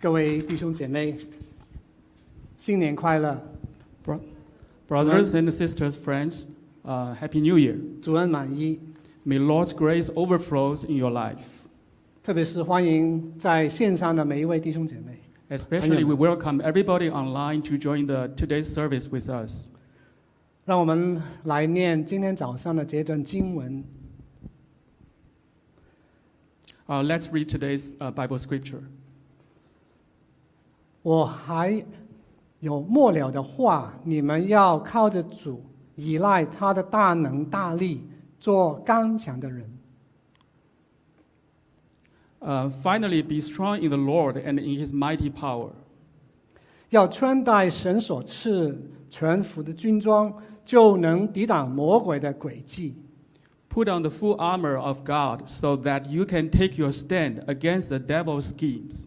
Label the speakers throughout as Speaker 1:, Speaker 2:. Speaker 1: 各位弟兄姐妹，新年快乐！
Speaker 2: Brothers and sisters, friends, uh, Happy New Year.
Speaker 1: 主恩满意，
Speaker 2: May Lord's grace overflows in your life.
Speaker 1: 特别是欢迎在线上的每一位弟兄姐妹。
Speaker 2: Especially, we welcome everybody online to join the today's service with us.
Speaker 1: 让我们来念今天早上的这段经文，
Speaker 2: Uh, let's read today's uh, Bible scripture.
Speaker 1: 我还有末了的话，你们要靠着主，依赖他的大能大力，做刚强的人。
Speaker 2: Uh, finally, be strong in the Lord and in His mighty power.
Speaker 1: 要穿戴神所赐全副的军装，就能抵挡魔鬼的诡计。
Speaker 2: Put on the full armor of God so that you can take your stand against the devil's schemes.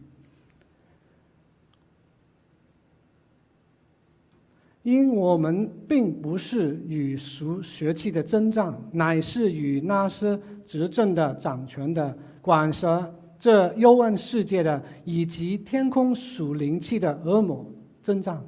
Speaker 1: 因我们并不是与俗学气的征战，乃是与那些执政的、掌权的、管辖这幽暗世界的，以及天空属灵气的恶魔征战。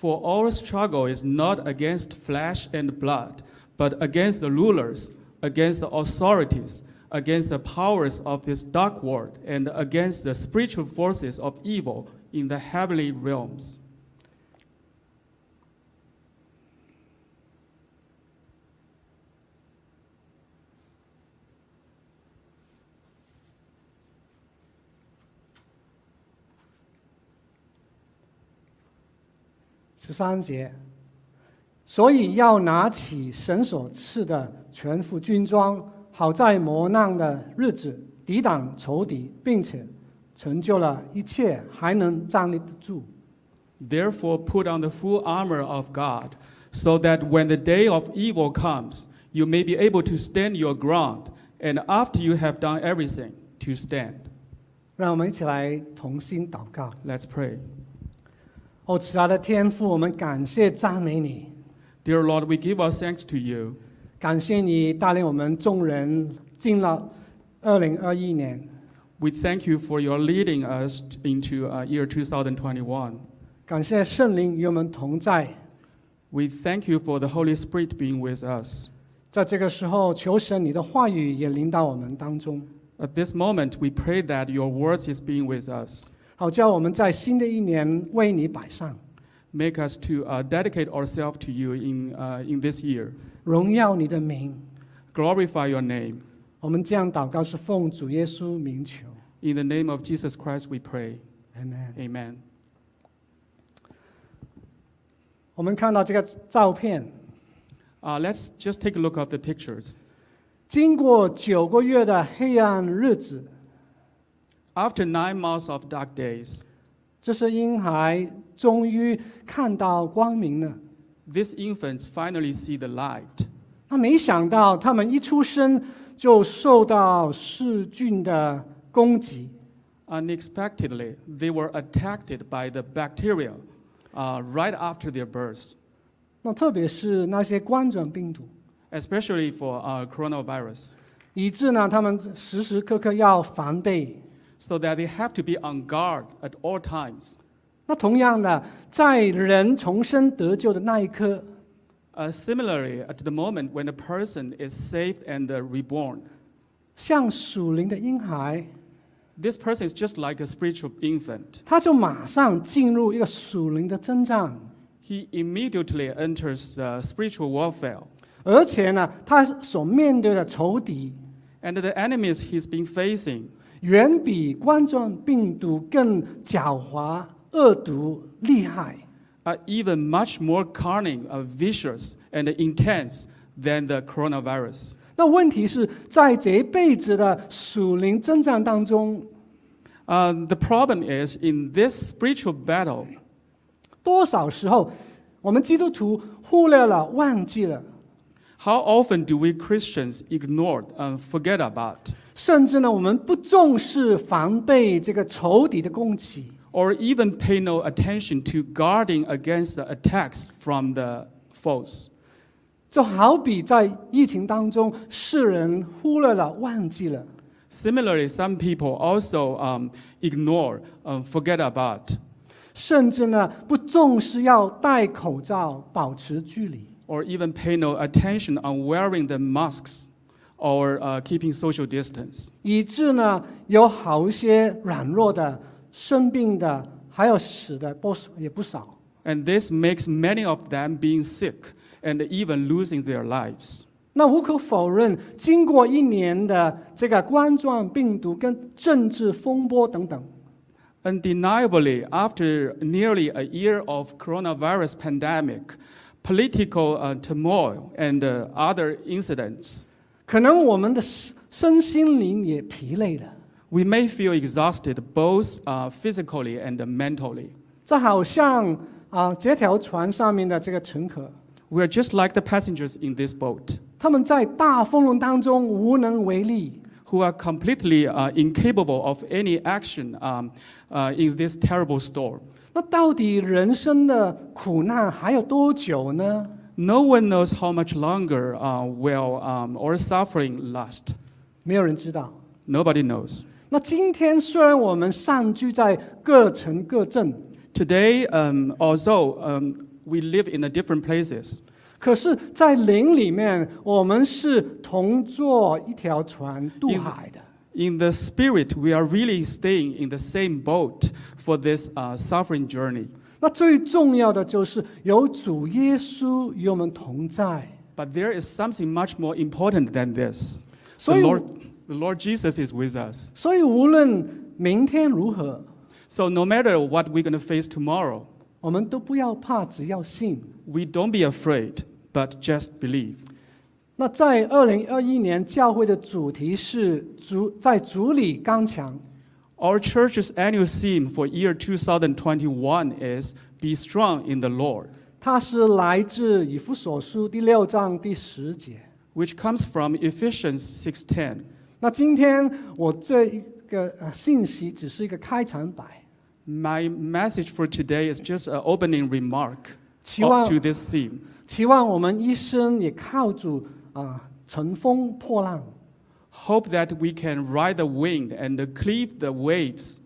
Speaker 2: For our struggle is not against flesh and blood, but against the rulers, against the authorities, against the powers of this dark world, and against the spiritual forces of evil in the heavenly realms.
Speaker 1: 十三节，所以要拿起神所赐的全副军装，好在磨难的日子抵挡仇敌，并且成就了一切，还能站立得住。
Speaker 2: Therefore, put on the full armor of God, so that when the day of evil comes, you may be able to stand your ground, and after you have done everything, to stand.
Speaker 1: 让我们一起来同心祷告。
Speaker 2: Let's pray.
Speaker 1: 哦，慈爱的天父，我们感谢赞美你，
Speaker 2: Dear Lord, we give our thanks to you.
Speaker 1: 感谢你带领我们众人进了二零二一年。
Speaker 2: We thank you for your leading us into uh, year 2021.
Speaker 1: 感谢圣灵与我们同在，
Speaker 2: We thank you for the Holy Spirit being with us.
Speaker 1: 在这个时候，求神你的话语也领导我们当中，
Speaker 2: At this moment, we pray that your words is being with us.
Speaker 1: 好叫我们在新的一年为你摆上，
Speaker 2: Make us to uh, dedicate ourselves to you in, uh, in this year.
Speaker 1: 荣耀你的名。
Speaker 2: Glorify your name.
Speaker 1: 我们这样祷告是奉主耶稣名求
Speaker 2: In the name of Jesus Christ, we pray.
Speaker 1: ，Amen。
Speaker 2: Amen.
Speaker 1: 我们看到这个照片，
Speaker 2: Uh, let's just take a look at the pictures.
Speaker 1: 经过九个月的黑暗日子，
Speaker 2: After nine months of dark days,
Speaker 1: 这些婴孩终于看到光明了。
Speaker 2: these infants finally see the light.
Speaker 1: 那没想到，他们一出生就受到噬菌的攻击，
Speaker 2: Unexpectedly, they were attacked by the bacteria uh, right after their birth,
Speaker 1: 那特别是那些冠状病毒，
Speaker 2: especially for uh, coronavirus,
Speaker 1: 以致呢，他们时时刻刻要防备。
Speaker 2: so that they have to be on guard at all times.
Speaker 1: 那同样的，在人重生得救的那一刻，
Speaker 2: Uh, similarly, at the moment when a person is saved and uh, reborn,
Speaker 1: 像属灵的婴孩，
Speaker 2: this person is just like a spiritual infant.
Speaker 1: 他就马上进入一个属灵的征战，
Speaker 2: He immediately enters uh, spiritual warfare,
Speaker 1: 而且呢，他所面对的仇敌
Speaker 2: and the enemies he's been facing
Speaker 1: 远比冠状病毒更狡猾、恶毒、厉害。
Speaker 2: are even much more cunning, uh, vicious, and intense than the coronavirus.
Speaker 1: 那问题是在这一辈子的属灵征战当中，
Speaker 2: Uh, the problem is in this spiritual battle,
Speaker 1: 多少时候我们基督徒忽略了、忘记了，
Speaker 2: how often do we Christians ignore and forget about,
Speaker 1: 甚至呢，我们不重视防备这个仇敌的攻击。
Speaker 2: or even pay no attention to guarding against the attacks from the foes?
Speaker 1: 就好比在疫情当中，世人忽略了、忘记了，
Speaker 2: Similarly, some people also um, ignore, um, forget about,
Speaker 1: 甚至呢不重视要戴口罩、保持距离。
Speaker 2: or even pay no attention on wearing the masks or uh, keeping social distance.
Speaker 1: 以致呢，有好一些软弱的、生病的，还有死的，不也不少。
Speaker 2: And this makes many of them being sick and even losing their lives.
Speaker 1: 那无可否认，经过一年的这个冠状病毒跟政治风波等等，
Speaker 2: Undeniably, after nearly a year of coronavirus pandemic, political uh, turmoil and uh, other incidents,
Speaker 1: 可能我们的身身心灵也疲累了。
Speaker 2: we may feel exhausted both uh, physically and mentally.
Speaker 1: 这好像啊、这条船上面的这个乘客，
Speaker 2: We're just like the passengers in this boat,
Speaker 1: 他们在大风浪当中无能为力，
Speaker 2: who are completely uh, incapable of any action um, uh, in this terrible storm.
Speaker 1: 那到底人生的苦难还有多久呢？
Speaker 2: No one knows how much longer uh, will um, our suffering last.
Speaker 1: 没有人知道。
Speaker 2: Nobody knows.
Speaker 1: 那今天虽然我们散居在各城各镇，
Speaker 2: Today, um, although um, we live in a different places,
Speaker 1: 可是，在灵里面，我们是同坐一条船渡海的。
Speaker 2: in the spirit, we are really staying in the same boat for this uh, suffering journey.
Speaker 1: 那最重要的就是有主耶稣与我们同在，
Speaker 2: But there is something much more important than this.
Speaker 1: 所
Speaker 2: the,
Speaker 1: 以，
Speaker 2: Lord, the Lord Jesus is with us.
Speaker 1: 所以无论明天如何，
Speaker 2: So no matter what we're going to face tomorrow,
Speaker 1: 我们都不要怕，只要信。
Speaker 2: we don't be afraid, but just believe.
Speaker 1: 那在二零二一年，教会的主题是主在主里刚强。
Speaker 2: Our church's annual theme for year 2021 is Be Strong in the Lord,
Speaker 1: 它是来自以弗所书第六章第十节。
Speaker 2: which comes from Ephesians 6:10.
Speaker 1: 那今天我这一个呃信息只是一个开场白，
Speaker 2: My message for today is just an opening remark
Speaker 1: 期
Speaker 2: up
Speaker 1: 望
Speaker 2: to this theme.
Speaker 1: 期望我们一生也靠主啊、乘风破浪。
Speaker 2: Hope that we can ride the wind and cleave the waves.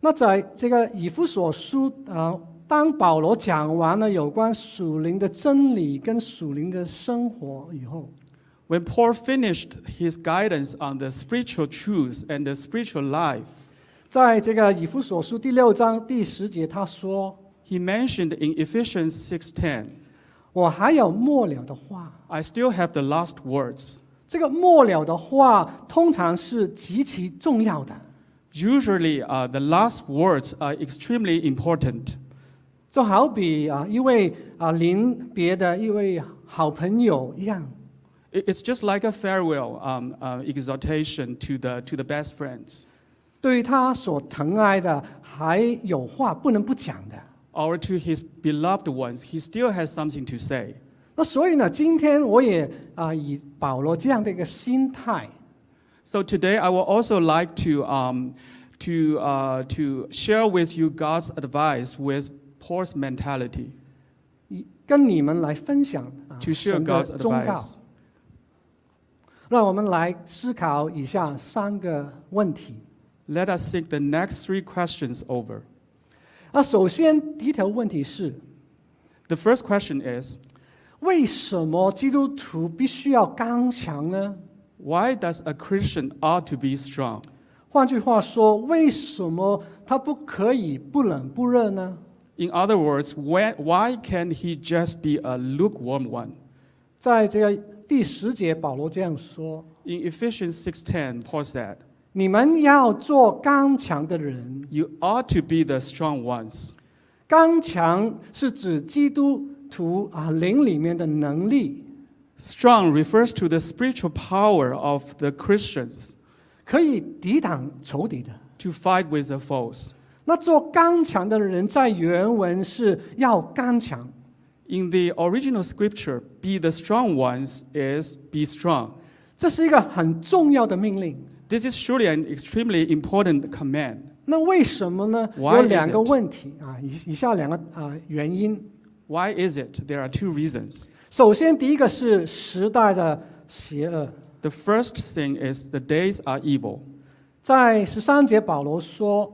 Speaker 1: 那在这个以弗所书啊、当保罗讲完了有关属灵的真理跟属灵的生活以后，
Speaker 2: When Paul finished his guidance on the spiritual truths and the spiritual life,
Speaker 1: 在这个以弗所书第六章第十节，他说
Speaker 2: he mentioned in Ephesians 6:10,
Speaker 1: 我还有末了的话。
Speaker 2: I still have the last words.
Speaker 1: 这个末了的话，通常是极其重要的。
Speaker 2: Usually, uh, the last words are extremely important.
Speaker 1: 就好比啊一位啊临别的一位好朋友一样，
Speaker 2: I- It's just like a farewell um, uh, exhortation to the, to the best friends,
Speaker 1: 对他所疼爱的还有话不能不讲的。
Speaker 2: or to his beloved ones. He still has something to say.
Speaker 1: 那所以呢，今天我也啊以保罗这样的一个心态，
Speaker 2: So today, I will also like to, um, to, uh, to share with you God's advice with Paul's mentality,
Speaker 1: 以跟你们来分享啊
Speaker 2: to share
Speaker 1: 神的
Speaker 2: God's
Speaker 1: 忠告。
Speaker 2: advice.
Speaker 1: 让我们来思考以下三个问题。
Speaker 2: Let us think the next three questions over.
Speaker 1: 那啊首先第一条问题是，
Speaker 2: The first question is
Speaker 1: 为什么基督徒必须要刚强呢？
Speaker 2: Why does a Christian ought to be strong?
Speaker 1: 换句话说，为什么他不可以不冷不热呢？
Speaker 2: In other words, when, why can't he just be a lukewarm one?
Speaker 1: 在这个第十节，保罗这样说
Speaker 2: In Ephesians 6:10, Paul said,：“
Speaker 1: 你们要做刚强的人。
Speaker 2: "You ought to be the strong ones."
Speaker 1: 刚强是指基督徒啊灵里面的能力，
Speaker 2: Strong refers to the spiritual power of the Christians
Speaker 1: 可以抵挡仇敌的。
Speaker 2: to fight with the foes.
Speaker 1: 那做刚强的人，在原文是要刚强，
Speaker 2: In the original scripture, "be the strong ones" is "be strong."
Speaker 1: 这是一个很重要的命令。
Speaker 2: This is surely an extremely important command.
Speaker 1: 那为什么呢？
Speaker 2: Why
Speaker 1: 有两
Speaker 2: is
Speaker 1: 个
Speaker 2: it？
Speaker 1: 问题啊，以以下两个啊原因。
Speaker 2: Why is it? There are two reasons.
Speaker 1: 首先，第一个是时代的邪恶。
Speaker 2: The first thing is the days are evil.
Speaker 1: 在十三节，保罗说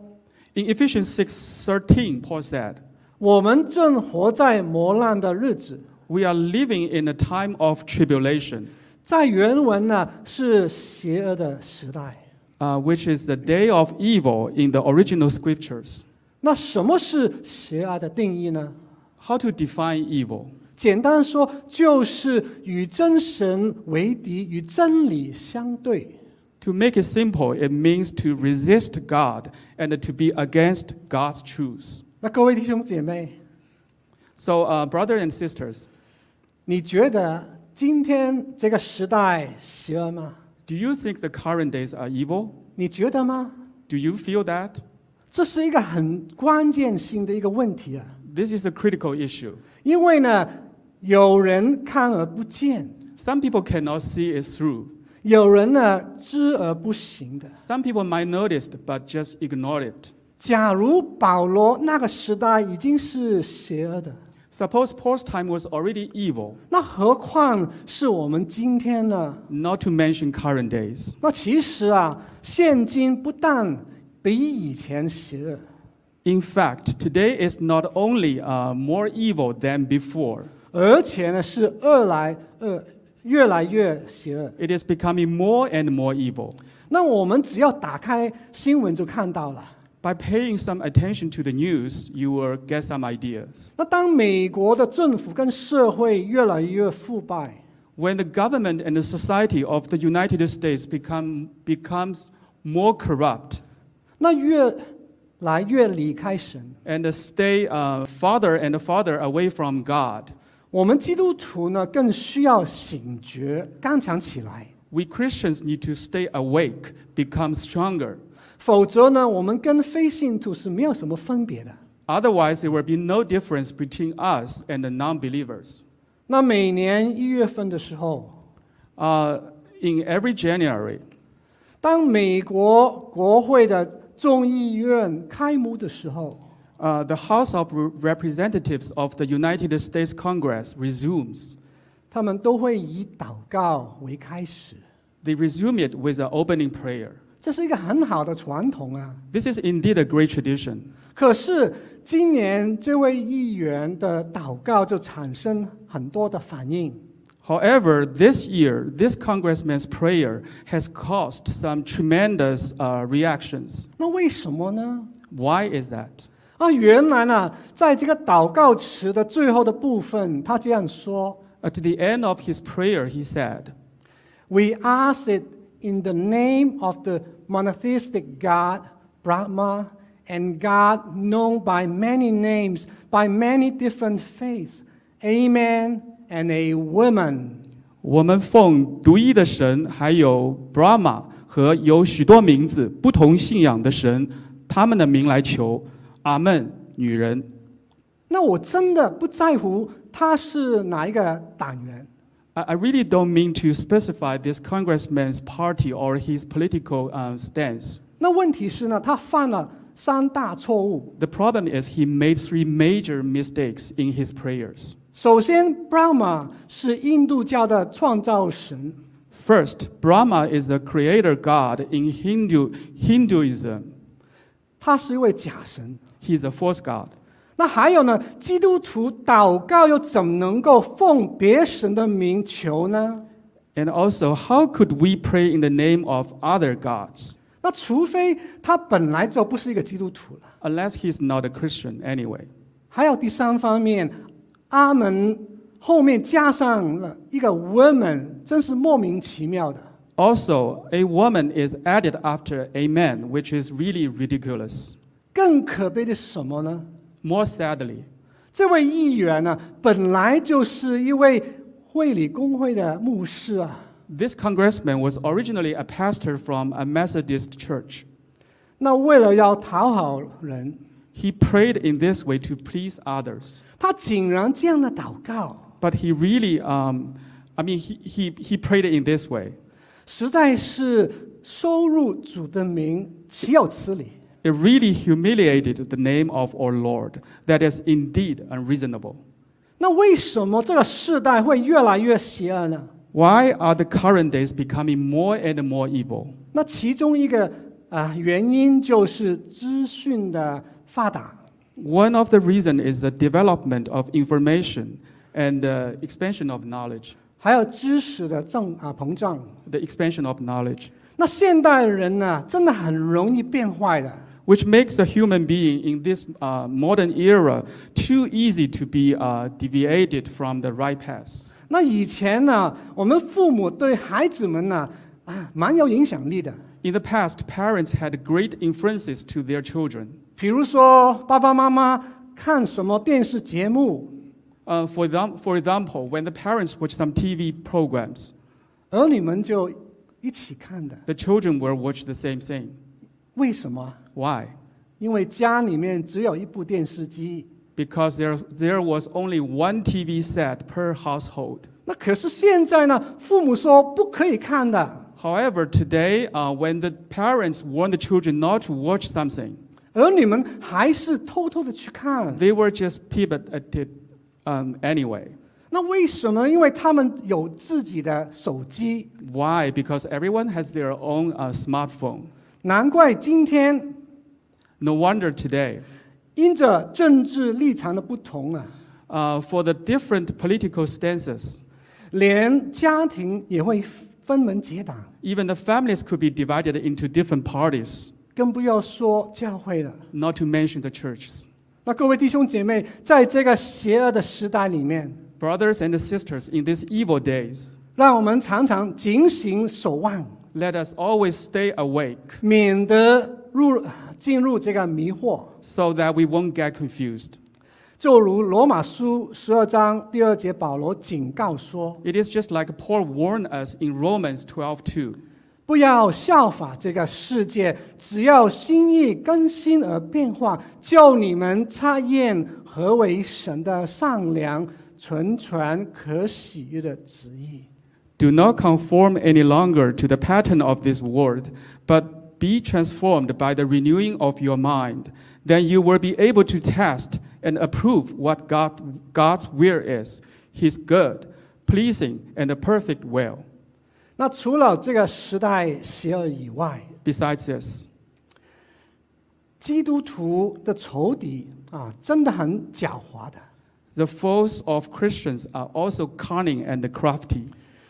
Speaker 2: In Ephesians 6:13, Paul said,：“
Speaker 1: 我们正活在磨难的日子。
Speaker 2: "We are living in a time of tribulation, ”
Speaker 1: 在原文呢是邪恶的时代。
Speaker 2: uh, which is the day of evil in the original scriptures."
Speaker 1: 那什么是邪恶的定义呢？
Speaker 2: How to define evil?
Speaker 1: 简单说，就是与真神为敌，与真理相对。
Speaker 2: To make it simple, it means to resist God and to be against God's truth.
Speaker 1: 那各位弟兄姐妹，
Speaker 2: So, uh, brothers and sisters,
Speaker 1: 你觉得今天这个时代邪恶吗？
Speaker 2: do you think the current days are evil?
Speaker 1: 你觉得吗？
Speaker 2: Do you feel that?
Speaker 1: 这是一个很关键性的一个问题啊，
Speaker 2: This is a critical issue.
Speaker 1: 因为呢，有人看而不见，
Speaker 2: Some people cannot see it through.
Speaker 1: 有人呢知而不行的。
Speaker 2: Some people might notice it, but just ignore it.
Speaker 1: 假如保罗那个时代已经是邪恶的，
Speaker 2: Suppose Paul's time was already evil,
Speaker 1: 那何况是我们今天呢？
Speaker 2: not to mention current days.
Speaker 1: 那其实啊，现今不但比以前邪恶，
Speaker 2: In fact, today is not only uh, more evil than before,
Speaker 1: 而且呢是恶来恶，越来越邪恶。
Speaker 2: it is becoming more and more evil.
Speaker 1: 那我们只要打开新闻就看到了。
Speaker 2: By paying some attention to the news, you will get some ideas.
Speaker 1: 那当美国的政府跟社会越来越腐败，
Speaker 2: When the government and the society of the United States become, becomes more corrupt
Speaker 1: 那越来越离开神。
Speaker 2: and stay uh, farther and farther away from God,
Speaker 1: 我们基督徒呢，更需要醒觉，刚强起来，
Speaker 2: we Christians need to stay awake, become stronger.
Speaker 1: 否则呢，我们跟非信徒是没有什么分别的。
Speaker 2: Otherwise, there will be no difference between us and the non believers.
Speaker 1: 那每年一月份的时候，
Speaker 2: Uh, in every January,
Speaker 1: 当美国国会的众议院开幕的时候，
Speaker 2: uh, the House of Representatives of the United States Congress resumes.
Speaker 1: 他们都会以祷告为开始，
Speaker 2: They resume it with an opening prayer.
Speaker 1: 这是一个很好的传统啊。
Speaker 2: This is indeed a great tradition.
Speaker 1: 可是今年这位议员的祷告就产生很多的反应，
Speaker 2: However, this year, this congressman's prayer has caused some tremendous uh, reactions.
Speaker 1: 那为什么呢？
Speaker 2: Why is that?
Speaker 1: 啊，原来呢，在这个祷告词的最后的部分，他这样说
Speaker 2: At Uh, the end of his prayer, he said,
Speaker 1: ：“We ask it in the name of the monotheistic God Brahma and God known by many names, by many different faiths. Amen and a woman。”
Speaker 2: 我们奉独一的神，还有 Brahma 和有许多名字、不同信仰的神，他们的名来求。阿门，女人。
Speaker 1: 那我真的不在乎他是哪一个党员，
Speaker 2: I I really don't mean to specify this congressman's party or his political uh, stance.
Speaker 1: 那问题是呢，他犯了三大错误。
Speaker 2: The problem is he made three major mistakes in his prayers.
Speaker 1: 首先，Brahma 是印度教的创造神，
Speaker 2: First, Brahma is the creator god in Hindu Hinduism.
Speaker 1: 他是一位假神。
Speaker 2: He is a false god.
Speaker 1: 那还有呢，基督徒祷告又怎么能够奉别神的名求呢？
Speaker 2: And also, how could we pray in the name of other gods
Speaker 1: 那除非他本来就不是一个基督徒了。
Speaker 2: unless he's not a Christian anyway?
Speaker 1: 还有第三方面，阿门后面加上了一个 woman，真是莫名其妙的。
Speaker 2: Also, a woman is added after amen, which is really ridiculous.
Speaker 1: 更可悲的是什么呢？
Speaker 2: More sadly,
Speaker 1: 这位议员呢、本来就是一位会理公会的牧师啊。
Speaker 2: This congressman was originally a pastor from a Methodist church.
Speaker 1: 那为了要讨好人，
Speaker 2: He prayed in this way to please others.
Speaker 1: 他竟然这样的祷告，
Speaker 2: But he really, um, I mean, he, he, he prayed in this way.
Speaker 1: 实在是收入主的名，岂有此理！
Speaker 2: It really humiliated the name of our Lord. That is indeed unreasonable.
Speaker 1: 那为什么这个世代会越来越邪恶呢？
Speaker 2: Why are the current days becoming more and more evil?
Speaker 1: 那其中一个啊、呃原因就是资讯的发达，
Speaker 2: One of the reasons is the development of information and the expansion of knowledge.
Speaker 1: 还有知识的增啊膨胀。
Speaker 2: The expansion of knowledge,
Speaker 1: 那现代人呢，真的很容易变坏的。
Speaker 2: which makes a human being in this uh, modern era too easy to be uh, deviated from the right path.
Speaker 1: 那以前呢，我们父母对孩子们呢，啊，蛮有影响力的。
Speaker 2: In the past, parents had great influences to their children.
Speaker 1: 比如说，爸爸妈妈看什么电视节目，
Speaker 2: Uh, for, them, for example, when the parents watched some TV programs,
Speaker 1: 儿女们就一起看的。
Speaker 2: the children will watch the same thing.
Speaker 1: 为什么？
Speaker 2: Why?
Speaker 1: 因为家里面只有一部电视机。
Speaker 2: Because there, there was only one TV set per household.
Speaker 1: 那可是现在呢，父母说不可以看的，
Speaker 2: However, today, uh, when the parents warn the children not to watch something,
Speaker 1: 而你们还是偷偷的去看。
Speaker 2: they were just pivot at it um, anyway.
Speaker 1: 那为什么？因为他们有自己的手机。
Speaker 2: Why? Because everyone has their own uh, smartphone.
Speaker 1: 难怪今天
Speaker 2: No wonder today,
Speaker 1: 因着政治立场的不同啊，
Speaker 2: uh, for the different political stances,
Speaker 1: 连家庭也会分门结党，
Speaker 2: even the families could be divided into different parties,
Speaker 1: 更不要说教会了。
Speaker 2: not to mention the churches.
Speaker 1: 那各位弟兄姐妹，在这个邪恶的时代里面，
Speaker 2: Brothers and sisters, in these evil days,
Speaker 1: 让我们常常警醒守望，
Speaker 2: let us always stay awake
Speaker 1: 免得入进入这个迷惑。
Speaker 2: so that we won't get confused.
Speaker 1: 就如罗马书十二章第二节，保罗警告说
Speaker 2: It is just like Paul warned us in Romans 12:2.：“
Speaker 1: 不要效法这个世界，只要心意更新而变化，叫你们测验何为神的善良、纯全、可喜悦的旨意。
Speaker 2: Do not conform any longer to the pattern of this world, but be transformed by the renewing of your mind. Then you will be able to test and approve what God, God's will is, His good, pleasing, and perfect will. ”
Speaker 1: 那除了这个时代邪恶以外，
Speaker 2: Besides this,
Speaker 1: 基督徒的仇敌啊，真的很狡猾的。
Speaker 2: the foes of Christians are also cunning and crafty.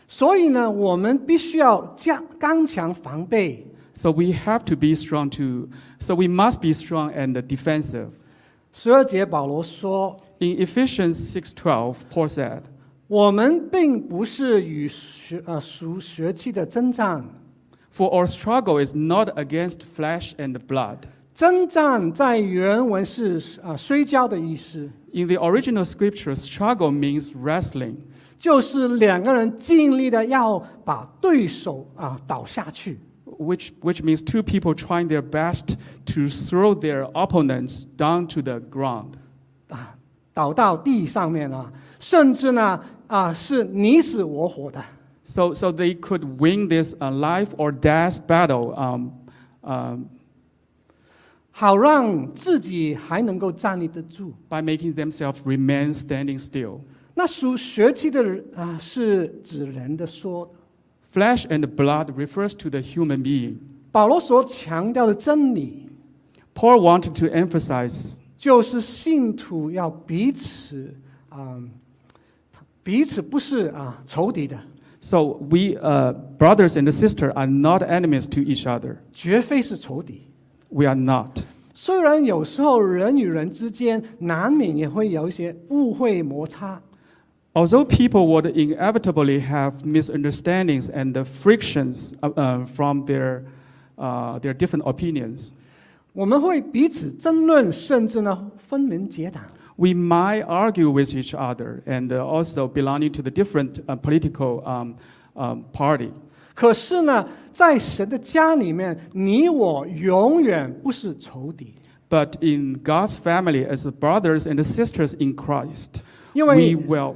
Speaker 1: 所以呢，我们必须要加刚强防备，
Speaker 2: So we have to be strong too. So we must be strong and defensive.
Speaker 1: 十二节保罗说：“
Speaker 2: In Ephesians 6:12, Paul said,
Speaker 1: 我们并不是与学呃属血气的征战，
Speaker 2: "For our struggle is not against flesh and blood."
Speaker 1: 征战在原文是啊、呃、摔跤的意思，
Speaker 2: In the original scripture, struggle means wrestling.
Speaker 1: 就是两个人尽力的要把对手啊、倒下去。
Speaker 2: Which, which means two people trying their best to throw their opponents down to the ground,
Speaker 1: 啊倒到地上面啊，甚至呢啊、是你死我活的。
Speaker 2: so, so they could win this uh, life or death battle um, um,
Speaker 1: 好让自己还能够站立得住。
Speaker 2: by making themselves remain standing still.
Speaker 1: 那属血气的人啊、是指人的说。
Speaker 2: Flesh and blood refers to the human being.
Speaker 1: 保罗所强调的真理，
Speaker 2: Paul wanted to emphasize
Speaker 1: 就是信徒要彼此啊、彼此不是啊、仇敌的，
Speaker 2: So we, uh, brothers and sisters, are not enemies to each other.
Speaker 1: 绝非是仇敌。
Speaker 2: We are not.
Speaker 1: 虽然有时候人与人之间难免也会有一些误会摩擦，
Speaker 2: Although people would inevitably have misunderstandings and the frictions uh, uh, from their, uh, their different opinions,
Speaker 1: 我们会彼此争论，甚至呢分门结党。
Speaker 2: we might argue with each other and uh, also belonging to the different uh, political um, um, party.
Speaker 1: 可是呢，在神的家里面，你我永远不是仇敌，
Speaker 2: But in God's family, as brothers and sisters in Christ,
Speaker 1: 因
Speaker 2: we
Speaker 1: 为
Speaker 2: will,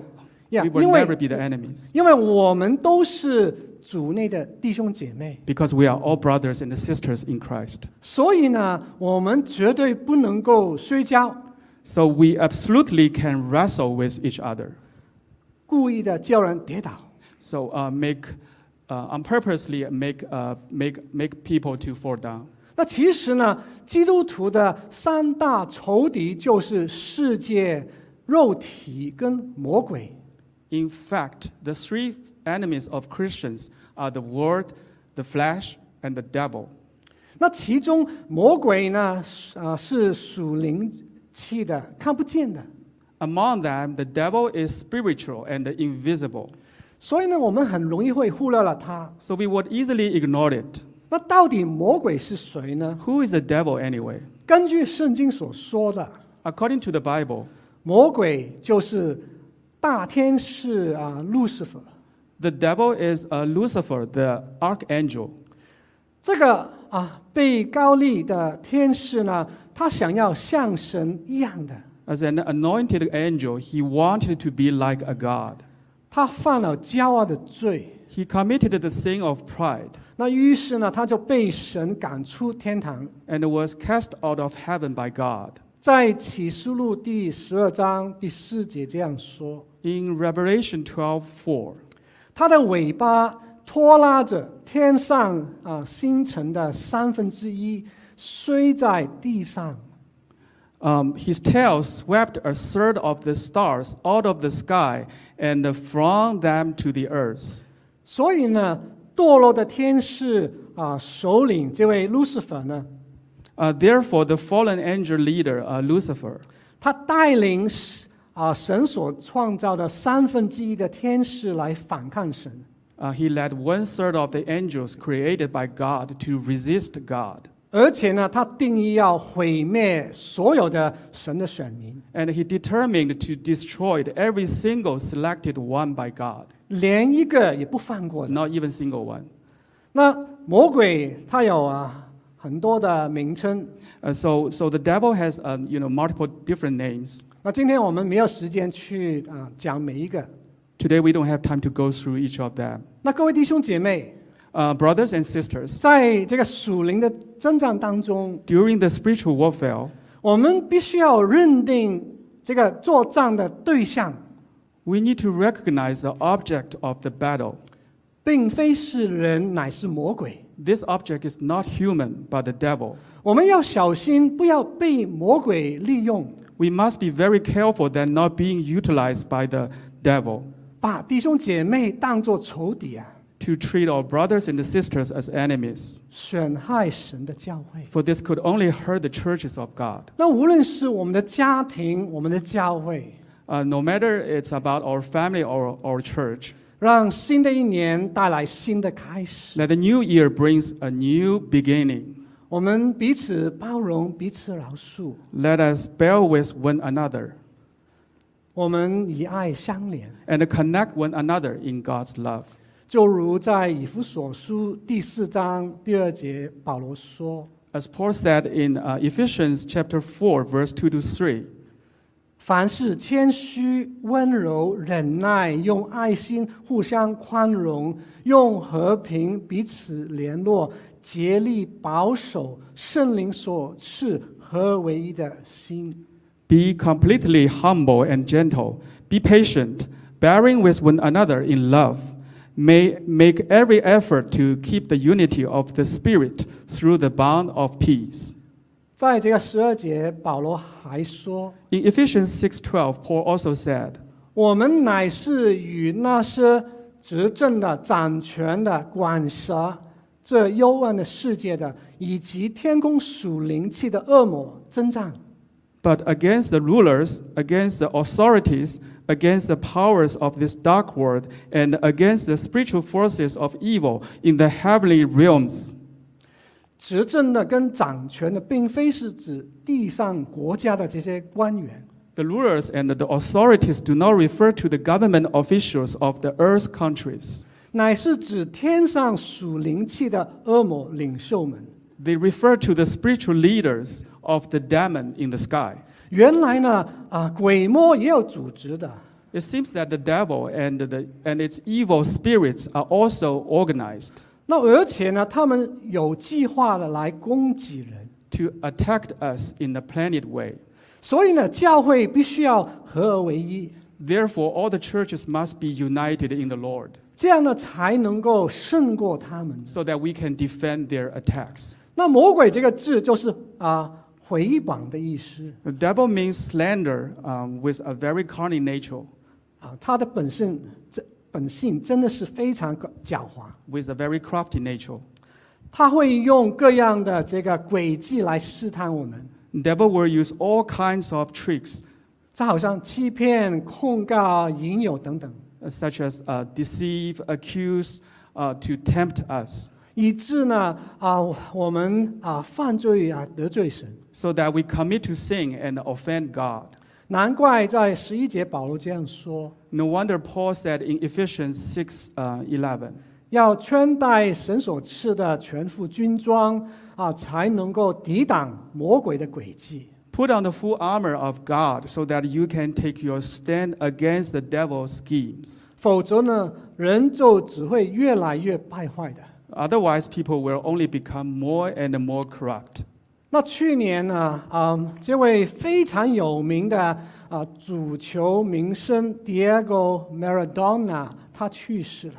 Speaker 1: 呀
Speaker 2: we
Speaker 1: 因
Speaker 2: will
Speaker 1: 为
Speaker 2: never be the enemies
Speaker 1: 因为我们都是主内的弟兄姐妹，
Speaker 2: because we are all brothers and sisters in Christ.
Speaker 1: 所以呢，我们绝对不能够摔跤，
Speaker 2: So we absolutely can wrestle with each other.
Speaker 1: 故意的叫人跌倒。
Speaker 2: So uh, make, uh, on purposely make, uh, make, make people to fall down.
Speaker 1: 那其实呢，基督徒的三大仇敌就是世界、肉体跟魔鬼。
Speaker 2: In fact, the three enemies of Christians are the world, the flesh, and the devil.
Speaker 1: 那其中魔鬼呢，是啊、是属灵气的，看不见的。
Speaker 2: Among them, the devil is spiritual and invisible,
Speaker 1: 所以呢，我们很容易会忽略了他。
Speaker 2: so we would easily ignore it.
Speaker 1: 那到底魔鬼是谁呢？
Speaker 2: Who is the devil anyway?
Speaker 1: 根据圣经所说的，
Speaker 2: According to the Bible,
Speaker 1: 魔鬼就是大天使啊，路西弗。
Speaker 2: the devil is uh, Lucifer, the archangel.
Speaker 1: 这个啊，被高利的天使呢，他想要像神一样的，
Speaker 2: As an anointed angel, he wanted to be like a god.
Speaker 1: 他犯了骄傲的罪。
Speaker 2: He committed the sin of pride
Speaker 1: 那于是呢，他就被神赶出天堂。
Speaker 2: and was cast out of heaven by God.
Speaker 1: 在启示录第十二章第四节这样说
Speaker 2: In Revelation 12:4,：“
Speaker 1: 他的尾巴拖拉着天上啊星辰的三分之一，摔在地上。
Speaker 2: um, his tail swept a third of the stars out of the sky and flung them to the earth. ”
Speaker 1: 所以呢，堕落的天使啊首领这位路西法呢，
Speaker 2: Uh, therefore, the fallen angel leader, uh, Lucifer,
Speaker 1: 他带领啊神所创造的三分之一的天使来反抗神。
Speaker 2: uh, he led one third of the angels created by God to resist God.
Speaker 1: 而且呢，他定义要毁灭所有的神的选民，
Speaker 2: And he determined to destroy every single selected one by God,
Speaker 1: 连一个也不放过的。
Speaker 2: not even single one.
Speaker 1: 那魔鬼他有啊很多的名称，
Speaker 2: Uh, so, so the devil has um, you know, multiple different names.
Speaker 1: 那今天我们没有时间去啊、讲每一个。
Speaker 2: Today we don't have time to go through each of them.
Speaker 1: 那各位弟兄姐妹，
Speaker 2: Uh, brothers and sisters,
Speaker 1: 在这个属灵的征战当中，
Speaker 2: during the spiritual warfare,
Speaker 1: 我们必须要认定这个作战的对象，
Speaker 2: we need to recognize the object of the battle.
Speaker 1: 并非是人，乃是魔鬼。
Speaker 2: This object is not human, but the devil.
Speaker 1: 我们要小心，不要被魔鬼利用。
Speaker 2: We must be very careful that not being utilized by the devil
Speaker 1: 把弟兄姐妹当作仇敌啊，
Speaker 2: to treat our brothers and sisters as enemies,
Speaker 1: 损害神的教会。
Speaker 2: for this could only hurt the churches of God.
Speaker 1: 那无论是我们的家庭、我们的教会，
Speaker 2: Uh, no matter it's about our family or our church,
Speaker 1: 让新的一年带来新的开始。
Speaker 2: that the new year brings a new beginning.
Speaker 1: 我们彼此包容，彼此饶恕，
Speaker 2: Let us bear with one another
Speaker 1: 我们以爱相连，
Speaker 2: and connect one another in God's love.
Speaker 1: 就如在以弗所书第四章第二节，保罗说
Speaker 2: As Paul said in uh, Ephesians chapter 4, verse 2 to 3,：“
Speaker 1: 凡事谦虚、温柔、忍耐，用爱心互相宽容，用和平彼此联络，竭力保守圣灵所赐合为一的心。”
Speaker 2: Be completely humble and gentle. Be patient, bearing with one another in love. May make every effort to keep the unity of the Spirit through the bond of peace.
Speaker 1: 在这个十二节，保罗还说
Speaker 2: In Ephesians 6:12, Paul also said,：“
Speaker 1: 我们乃是与那些执政的、掌权的、管辖这幽暗的世界的，以及天空属灵气的恶魔征战。
Speaker 2: "But against the rulers, against the authorities, against the powers of this dark world, and against the spiritual forces of evil in the heavenly realms."
Speaker 1: 执政的跟掌权的，并非是指地上国家的这些官员，
Speaker 2: The rulers and the authorities do not refer to the government officials of the earth's countries.
Speaker 1: 乃是指天上属灵气的恶魔领袖们。
Speaker 2: They refer to the spiritual leaders of the demon in the sky.
Speaker 1: 原来呢，啊，鬼魔也有组织的。
Speaker 2: It seems that the devil and, the, and its evil spirits are also organized
Speaker 1: 那而且呢，他们有计划的来攻击人，
Speaker 2: to attack us in a planned way.
Speaker 1: 所以呢，教会必须要合而为一，
Speaker 2: Therefore, all the churches must be united in the Lord.
Speaker 1: 这样呢才能够胜过他们。
Speaker 2: so that we can defend their attacks.
Speaker 1: 那魔鬼这个字就是啊毁谤的意思
Speaker 2: The devil means slander um, with a very carny nature,
Speaker 1: 啊，他的本性这本性真的是非常狡猾，
Speaker 2: with a very crafty nature.
Speaker 1: 他会用各样的这个诡计来试探我们，
Speaker 2: Devil will use all kinds of tricks,
Speaker 1: 这好像欺骗、控告、引诱等等，
Speaker 2: uh, such as uh, deceive, accuse, uh, to tempt us,
Speaker 1: 以致呢啊我们啊犯罪啊得罪神。
Speaker 2: so that we commit to sin and offend God.
Speaker 1: 难怪在十一节保罗这样说：
Speaker 2: No wonder Paul said in Ephesians 6 uh, 11,
Speaker 1: 要穿戴神所赐的全副军装啊，才能够抵挡魔鬼的诡计。
Speaker 2: Put on the full armor of God so that you can take your stand against the devil's schemes.
Speaker 1: 否则呢，人就只会越来越败坏的。
Speaker 2: Otherwise, people will only become more and more corrupt.
Speaker 1: 那去年呢，啊、这位非常有名的啊、足球明星 Diego Maradona 他去世了。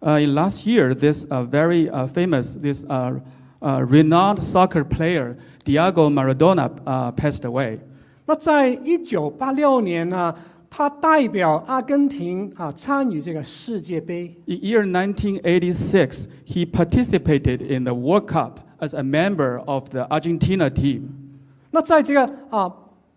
Speaker 2: Uh, in last year, this uh, very uh, famous, this uh, uh, renowned soccer player, Diego Maradona, uh, passed away.
Speaker 1: 那在一九八六年呢，他代表阿根廷啊参与这个世界杯。
Speaker 2: In year 1986, he participated in the World Cup as a member of the Argentina team.
Speaker 1: 那在这个啊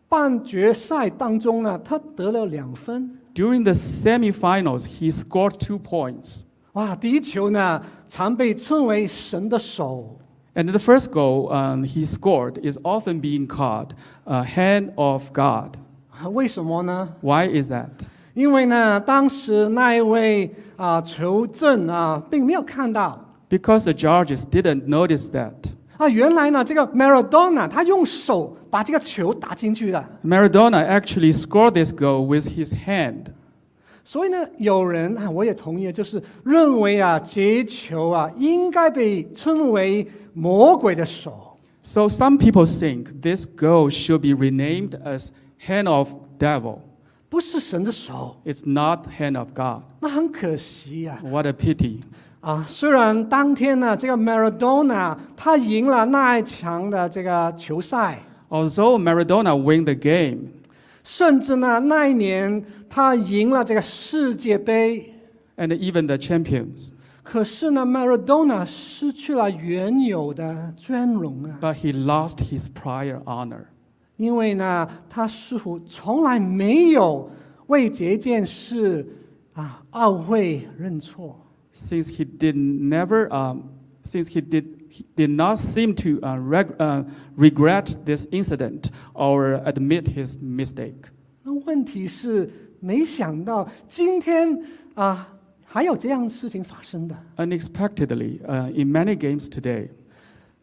Speaker 1: 半决赛当中呢，他得了两分。
Speaker 2: During the semifinals, he scored two points.
Speaker 1: 哇，第一球呢常被称为神的手，
Speaker 2: And the first goal um, he scored is often being called a hand of God.
Speaker 1: 啊为什么呢？
Speaker 2: Why is that?
Speaker 1: 因为呢，当时那一位啊球证啊并没有看到
Speaker 2: Because the judges didn't notice that.
Speaker 1: 啊，原来呢这个 Maradona 他用手把这个球打进去的，
Speaker 2: Maradona actually scored this goal with his hand.
Speaker 1: 所以呢有人啊我也同意，就是认为啊这球啊应该被称为魔鬼的手。
Speaker 2: So some people think this goal should be renamed as hand of devil.
Speaker 1: 不是神的手，
Speaker 2: It's not hand of God.
Speaker 1: 那很可惜呀、
Speaker 2: What a pity.
Speaker 1: 啊，虽然当天呢，这个 Maradona 他赢了那一场的这个球赛，
Speaker 2: Although Maradona win the game,
Speaker 1: 甚至呢那一年他赢了这个世界杯，
Speaker 2: and even the champions,
Speaker 1: 可是呢 Maradona 失去了原有的尊荣啊，
Speaker 2: but he lost his prior honor
Speaker 1: 因为呢他似乎从来没有为这件事啊懊悔认错。
Speaker 2: since he did never, um, since he did, he did not seem to uh, reg- uh, regret this incident or admit his mistake.
Speaker 1: 那问题是没想到今天啊还有这样的事情发生的。
Speaker 2: Unexpectedly, uh, in many games today,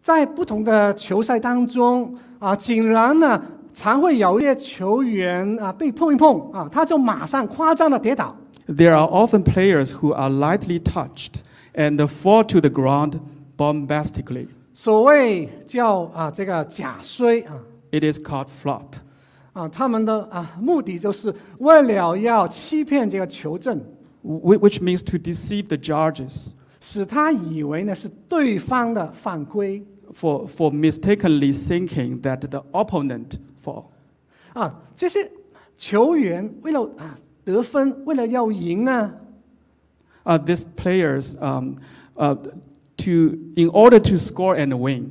Speaker 1: 在不同的球赛当中啊，竟然呢常会有一些球员啊被碰一碰啊，他就马上夸张的跌倒。
Speaker 2: there are often players who are lightly touched and fall to the ground bombastically.
Speaker 1: 所谓叫啊这个假摔啊
Speaker 2: It is called flop.
Speaker 1: 啊，他们的啊目的就是为了要欺骗这个球证，
Speaker 2: wh- Which means to deceive the judges
Speaker 1: 使他以为呢是对方的犯规
Speaker 2: for, for mistakenly thinking that the opponent fall.
Speaker 1: 啊。这些球员为了啊得分，为了要赢呢，
Speaker 2: Uh, these players, um, uh, to, in order to score and win,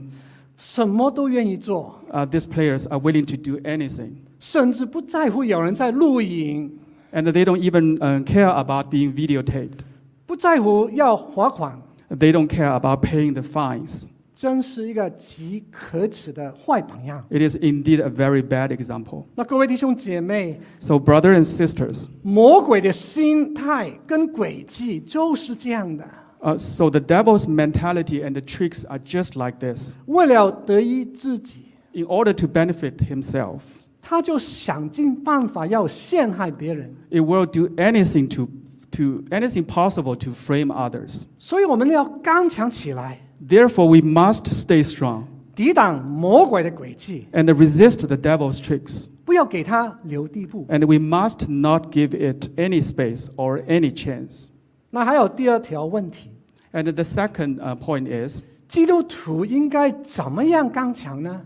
Speaker 1: 什么都愿意做，
Speaker 2: uh, these players are willing to do anything.
Speaker 1: 甚至不在乎有人在录影。
Speaker 2: And they don't even uh, care about being videotaped.
Speaker 1: 不在乎要罚款，
Speaker 2: They don't care about paying the fines.
Speaker 1: 真是一个极可耻的坏榜样。
Speaker 2: It is indeed a very bad example.
Speaker 1: 那各位弟兄姐妹，
Speaker 2: So, brothers and sisters,
Speaker 1: 魔鬼的心态跟诡计就是这样的，
Speaker 2: uh, so the devil's mentality and the tricks are just like this.
Speaker 1: 为了得益自己，
Speaker 2: In order to benefit himself,
Speaker 1: 他就想尽办法要陷害别人。
Speaker 2: it will do anything to, to anything possible to frame others.
Speaker 1: 所以我们要刚强起来，
Speaker 2: Therefore, we must stay strong
Speaker 1: 抵挡魔鬼的诡计，
Speaker 2: and resist the devil's tricks,
Speaker 1: 不要给他留地步。
Speaker 2: and we must not give it any space or any chance.
Speaker 1: 那还有第二条问题，
Speaker 2: And the second uh, point is
Speaker 1: 基督徒应该怎么样刚强呢？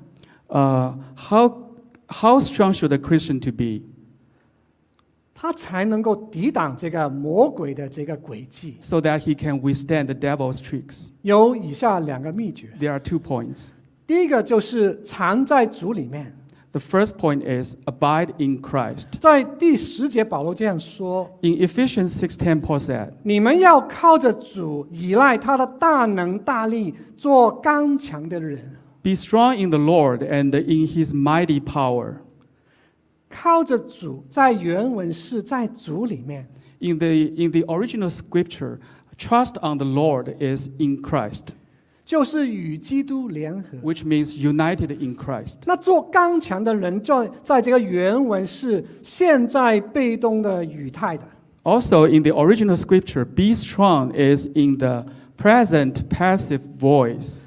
Speaker 2: uh, how, how strong should a Christian to be
Speaker 1: 他才能够抵挡这个魔鬼的这个诡计。
Speaker 2: so that he can withstand the devil's tricks?
Speaker 1: 有以下两个秘诀，
Speaker 2: There are two points.
Speaker 1: 第一个就是藏在主里面，
Speaker 2: The first point is abide in Christ.
Speaker 1: 在第十节保罗这样说：
Speaker 2: In Ephesians 6:10, Paul said,
Speaker 1: 你们要靠着主，依赖他的大能大力，做刚强的人。
Speaker 2: "Be strong in the Lord and in His mighty power."
Speaker 1: 靠着主，在原文是在主里面，
Speaker 2: In the in the original scripture, trust on the Lord is in Christ,
Speaker 1: 就是与基督联合。
Speaker 2: which means united in Christ.
Speaker 1: 那做刚强的人，在在这个原文是现在被动的语态的，
Speaker 2: Also, in the original scripture, "be strong" is in the present passive voice.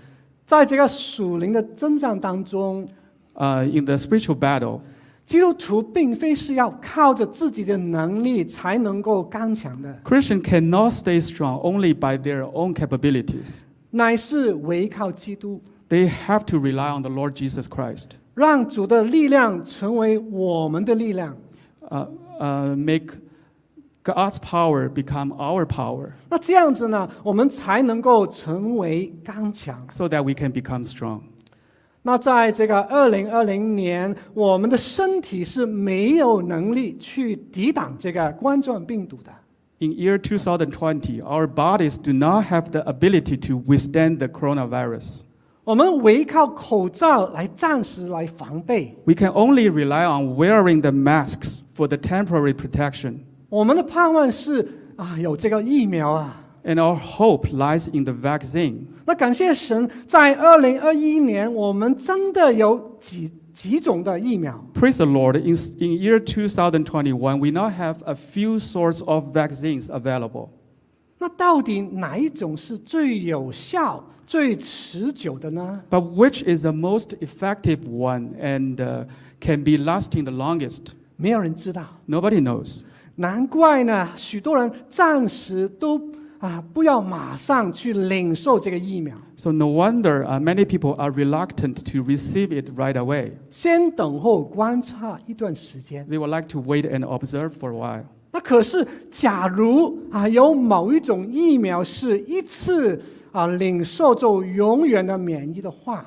Speaker 1: 在这个属灵的征战当中，
Speaker 2: Uh, in the spiritual battle,
Speaker 1: 基督徒并非是要靠着自己的能力才能够刚强的，
Speaker 2: Christian cannot stay strong only by their own capabilities.
Speaker 1: 乃是唯靠基督，
Speaker 2: They have to rely on the Lord Jesus Christ.
Speaker 1: 让主的力量成为我们的力量。
Speaker 2: uh, uh, make God's power become our power
Speaker 1: 那这样子呢，我们才能够成为刚强。
Speaker 2: so that we can become strong.
Speaker 1: 那在这个二零二零年，我们的身体是没有能力去抵挡这个冠状病毒的。
Speaker 2: In year 2020, our bodies do not have the ability to withstand the coronavirus.
Speaker 1: 我们唯靠口罩来暂时来防备，
Speaker 2: We can only rely on wearing the masks for the temporary protection.
Speaker 1: 我们的盼望是啊，有这个疫苗啊。
Speaker 2: And our hope lies in the vaccine.
Speaker 1: 那感谢神，在二零二一年，我们真的有几几种的疫苗。
Speaker 2: Praise the Lord, in, in year 2021, we now have a few sorts of vaccines available.
Speaker 1: 那到底哪一种是最有效、最持久的呢？
Speaker 2: But which is the most effective one and uh, can be lasting the longest?
Speaker 1: 没有人知道。
Speaker 2: Nobody knows.
Speaker 1: 难怪呢，许多人暂时都啊不要马上去领受这个疫苗，
Speaker 2: So no wonder uh, many people are reluctant to receive it right away.
Speaker 1: 先等候观察一段时间。
Speaker 2: They would like to wait and observe for a while.
Speaker 1: 那可是，假如啊有某一种疫苗是一次啊领受就永远的免疫的话，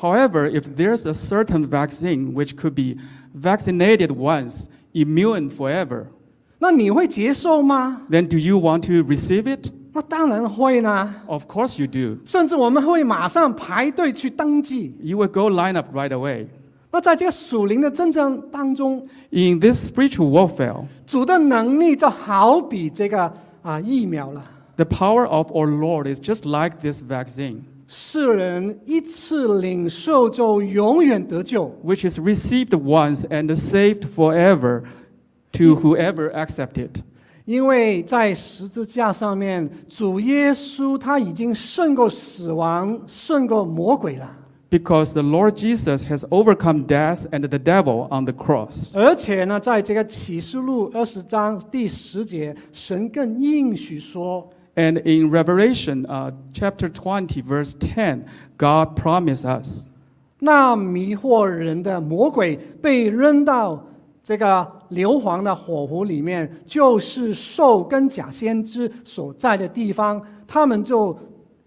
Speaker 2: However, if there's a certain vaccine which could be vaccinated once, immune forever,
Speaker 1: 那你会接受吗？
Speaker 2: then do you want to receive it?
Speaker 1: 那当然会啦，
Speaker 2: Of course you do.
Speaker 1: 甚至我们会马上排队去登记。
Speaker 2: You will go line up right away.
Speaker 1: 那在这个属灵的征战当中，
Speaker 2: In this spiritual warfare,
Speaker 1: 主的能力就好比这个啊疫苗了。
Speaker 2: the power of our Lord is just like this vaccine.
Speaker 1: 世人一次领受就永远得救。
Speaker 2: which is received once and saved forever to whoever accepts it.
Speaker 1: 因为在十字架上面，主耶稣他已经胜过死亡，胜过魔鬼了，
Speaker 2: Because the Lord Jesus has overcome death and the devil on the cross.
Speaker 1: 而且呢，在这个启示录二十章第十节，神更应许说，
Speaker 2: And in Revelation uh, chapter 20, verse 10, God promised us
Speaker 1: 那迷惑人的魔鬼被扔到这个硫磺的火湖里面，就是兽跟假先知所在的地方，他们就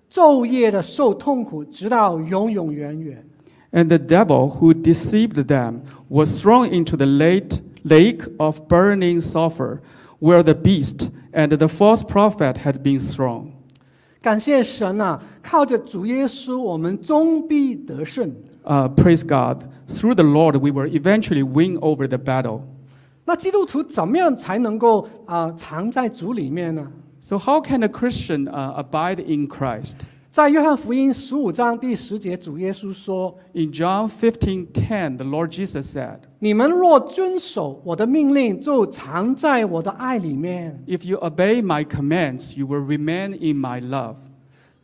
Speaker 1: 昼夜的受痛苦，直到永永远远。
Speaker 2: And the devil who deceived them was thrown into the late lake of burning sulfur, where the beast and the false prophet had been thrown.
Speaker 1: 感谢神啊！靠着主耶稣，我们终必得胜。
Speaker 2: Uh, praise God. Through the Lord, we will eventually win over the battle.
Speaker 1: 那基督徒怎么样才能够啊、藏在主里面呢？
Speaker 2: So, how can a Christian uh, abide in Christ?
Speaker 1: 在约翰福音十五章第十节，主耶稣说
Speaker 2: In John 15 10, the Lord Jesus said,：“
Speaker 1: 你们若遵守我的命令，就藏在我的爱里面。
Speaker 2: If you obey my commands, you will remain in my love. ”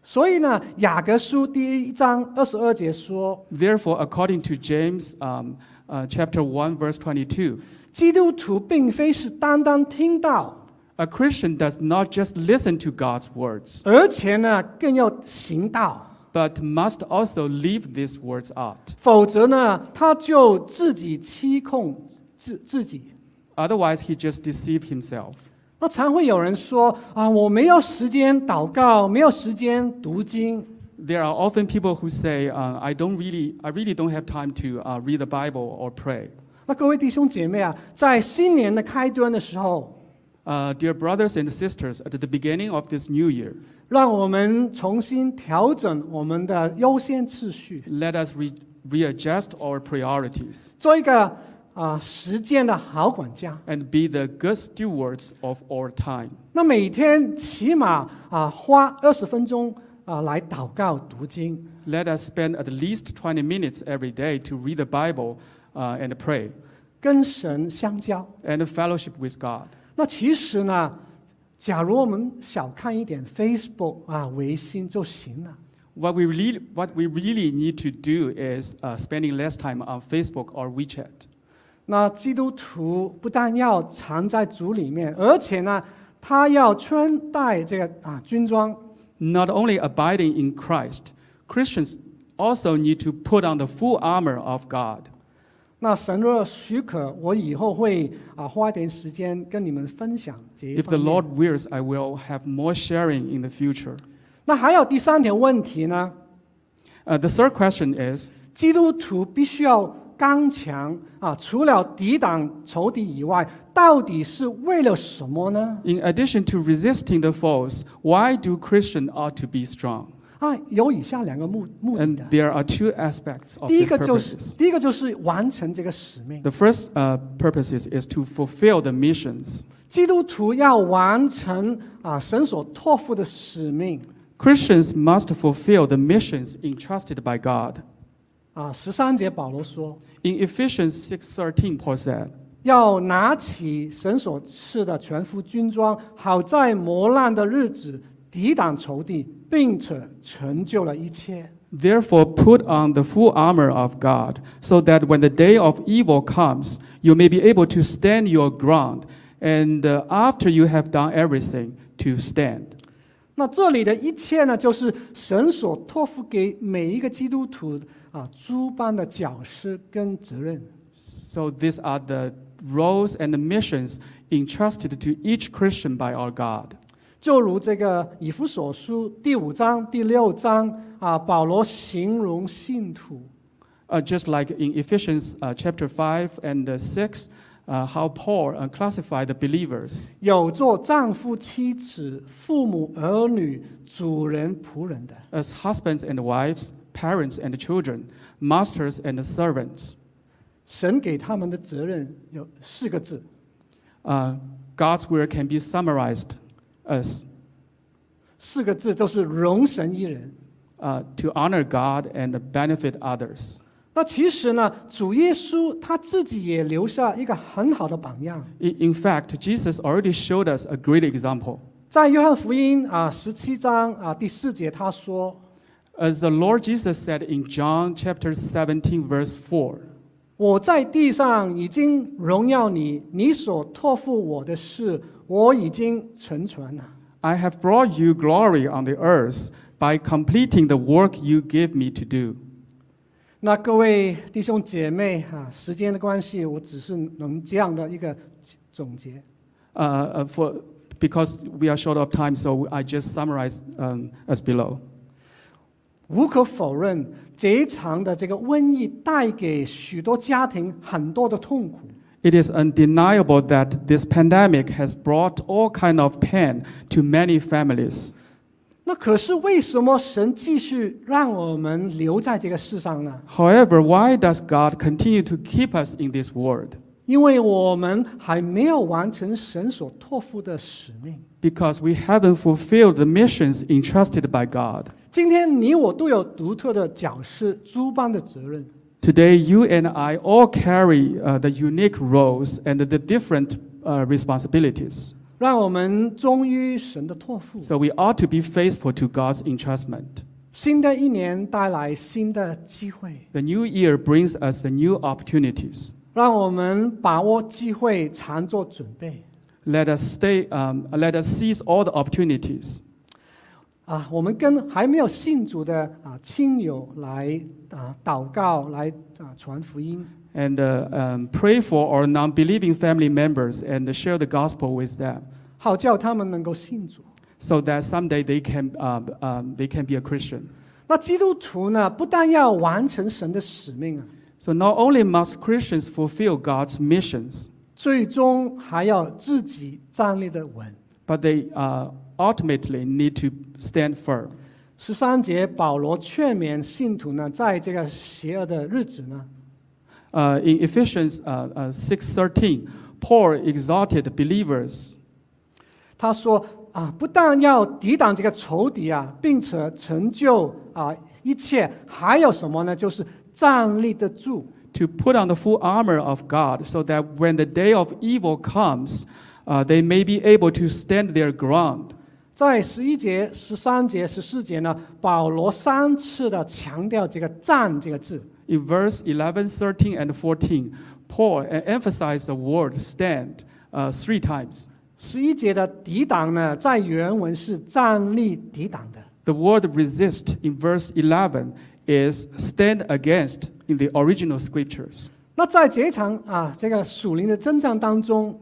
Speaker 1: 所以呢，雅各书第一章二十二节说
Speaker 2: Therefore, according to James um, uh, chapter 1, verse 22,：“
Speaker 1: 基督徒并非是单单听到，
Speaker 2: A Christian does not just listen to God's words,
Speaker 1: 而且呢更要行道，
Speaker 2: but must also live these words out.
Speaker 1: 否则呢他就自己欺控自自己。
Speaker 2: Otherwise, he just deceives himself.
Speaker 1: 那常会有人说啊，我没有时间祷告，没有时间读经，
Speaker 2: There are often people who say, uh, "I don't really, I really don't have time to uh, read the Bible or pray."
Speaker 1: 那各位弟兄姐妹啊，在新年的开端的时候，
Speaker 2: Uh, dear brothers and sisters, at the beginning of this new year,
Speaker 1: 让我们重新调整我们的优先次序，
Speaker 2: let us re- readjust our priorities
Speaker 1: 做一个啊、实践的好管家。
Speaker 2: and be the good stewards of our time.
Speaker 1: 那每天起码啊、花二十分钟啊、来祷告读经。
Speaker 2: Let us spend at least 20 minutes every day to read the Bible uh, and pray
Speaker 1: 跟神相交，
Speaker 2: and fellowship with God.
Speaker 1: 那其实呢，假如我们小看一点 Facebook 啊、微信就行了。
Speaker 2: What we really, what we really need to do is uh, spending less time on Facebook or WeChat.
Speaker 1: 那基督徒不但要藏在主里面，而且呢，他要穿戴这个啊军装，
Speaker 2: Not only abiding in Christ, Christians also need to put on the full armor of God.
Speaker 1: 那神若许可，我以后会啊花一点时间跟你们分享这一
Speaker 2: If the
Speaker 1: 方面。
Speaker 2: Lord wills, I will have more sharing in the future.
Speaker 1: 那还有第三条问题呢，
Speaker 2: Uh, the third question is
Speaker 1: 基督徒必须要刚强啊！除了抵挡仇敌以外，到底是为了什么呢？
Speaker 2: In addition to resisting the foes, why do Christians ought to be strong?
Speaker 1: 啊，有以下两个目目的
Speaker 2: And
Speaker 1: 的。
Speaker 2: there are two aspects of
Speaker 1: 第一
Speaker 2: these
Speaker 1: 个就是
Speaker 2: purposes.
Speaker 1: 第一个就是完成这个使命，
Speaker 2: The first uh, purpose is, is to fulfill the missions.
Speaker 1: 基督徒要完成啊神所托付的使命
Speaker 2: Christians must fulfill the missions entrusted by God.
Speaker 1: 啊。十三节保罗说，
Speaker 2: In Ephesians 6:13, Paul said,
Speaker 1: 要拿起神所赐的全副军装，好在磨难的日子抵挡仇敌，并且成就了一切。
Speaker 2: Therefore, put on the full armor of God, so that when the day of evil comes, you may be able to stand your ground, and uh, after you have done everything, to stand.
Speaker 1: 那这里的一切呢，就是神所托付给每一个基督徒啊诸般的角色跟责任。
Speaker 2: So, these are the roles and the missions entrusted to each Christian by our God.
Speaker 1: 就如这个以弗所书第五章、第六章啊，保罗形容信徒
Speaker 2: Uh, just like in Ephesians uh, chapter 5 and uh, 6, uh, how Paul uh, classified the believers.
Speaker 1: 有做丈夫、妻子、父母、儿女、主人、仆人的。
Speaker 2: as husbands and wives, parents and children, masters and servants.
Speaker 1: 神给他们的责任有四个字：
Speaker 2: Uh, God's will can be summarized as
Speaker 1: 四个字就是容神一人。
Speaker 2: uh, to honor God and benefit others.
Speaker 1: 那其实呢，主耶稣他自己也留下一个很好的榜样，
Speaker 2: In, in fact, Jesus already showed us a great example.
Speaker 1: 在约翰福音啊十七章啊第四节他说
Speaker 2: As the Lord Jesus said in John chapter 17, verse 4,：“
Speaker 1: 我在地上已经荣耀你，你所托付我的事，我已经成全了。
Speaker 2: I have brought you glory on the earth by completing the work you gave me to do. ”
Speaker 1: 那各位弟兄姐妹啊，时间的关系，我只是能这样的一个总结。
Speaker 2: Uh, uh, for, because we are short of time, so I just summarize um, as below.
Speaker 1: 无可否认，这一场的这个瘟疫带给许多家庭很多的痛苦，
Speaker 2: It is undeniable that this pandemic has brought all kind of pain to many families.
Speaker 1: 那可是为什么神继续让我们留在这个世上呢？
Speaker 2: However, why does God continue to keep us in this world?
Speaker 1: 因为我们还没有完成神所托付的使命。
Speaker 2: Because we haven't fulfilled the missions entrusted by God.
Speaker 1: 今天你我都有独特的角色、诸般的责任。
Speaker 2: Today, you and I all carry uh, the unique roles and the different uh, responsibilities.
Speaker 1: 让我们忠于神的托付。
Speaker 2: So we ought to be faithful to God's entrustment.
Speaker 1: 新的一年带来新的机会，
Speaker 2: The new year brings us the new opportunities.
Speaker 1: 让我们把握机会，常做准备。
Speaker 2: let us stay, um, let us seize all the opportunities.
Speaker 1: 啊，我们跟还没有信主的啊亲友来啊祷告，来啊传福音。
Speaker 2: and uh, um, pray for our non believing family members and share the gospel with them
Speaker 1: 好叫他们能够信主。
Speaker 2: so that someday they can, uh, um, they can be a Christian.
Speaker 1: 那基督徒呢，不但要完成神的使命啊，
Speaker 2: So not only must Christians fulfill God's missions,
Speaker 1: 最终还要自己站立的稳。
Speaker 2: but they uh, ultimately need to stand firm.
Speaker 1: 十三节，保罗劝勉信徒呢，在这个邪恶的日子呢，
Speaker 2: Uh, in Ephesians uh, uh, 6.13, Paul exhorted believers
Speaker 1: 他说啊，不但要抵挡这个仇敌啊，并且成就啊一切，还有什么呢？就是站立得住。
Speaker 2: to put on the full armor of God so that when the day of evil comes, uh, they may be able to stand their ground.
Speaker 1: 在十一节、十三节、十四节呢，保罗三次的强调这个“站”这个字。
Speaker 2: In verse 11, 13, and 14, Paul e- emphasized the word stand uh, three times.
Speaker 1: 十一节的抵挡呢，在原文是站立抵挡的。
Speaker 2: The word resist in verse 11 is stand against in the original scriptures.
Speaker 1: 那在这一场啊这个属灵的征战当中，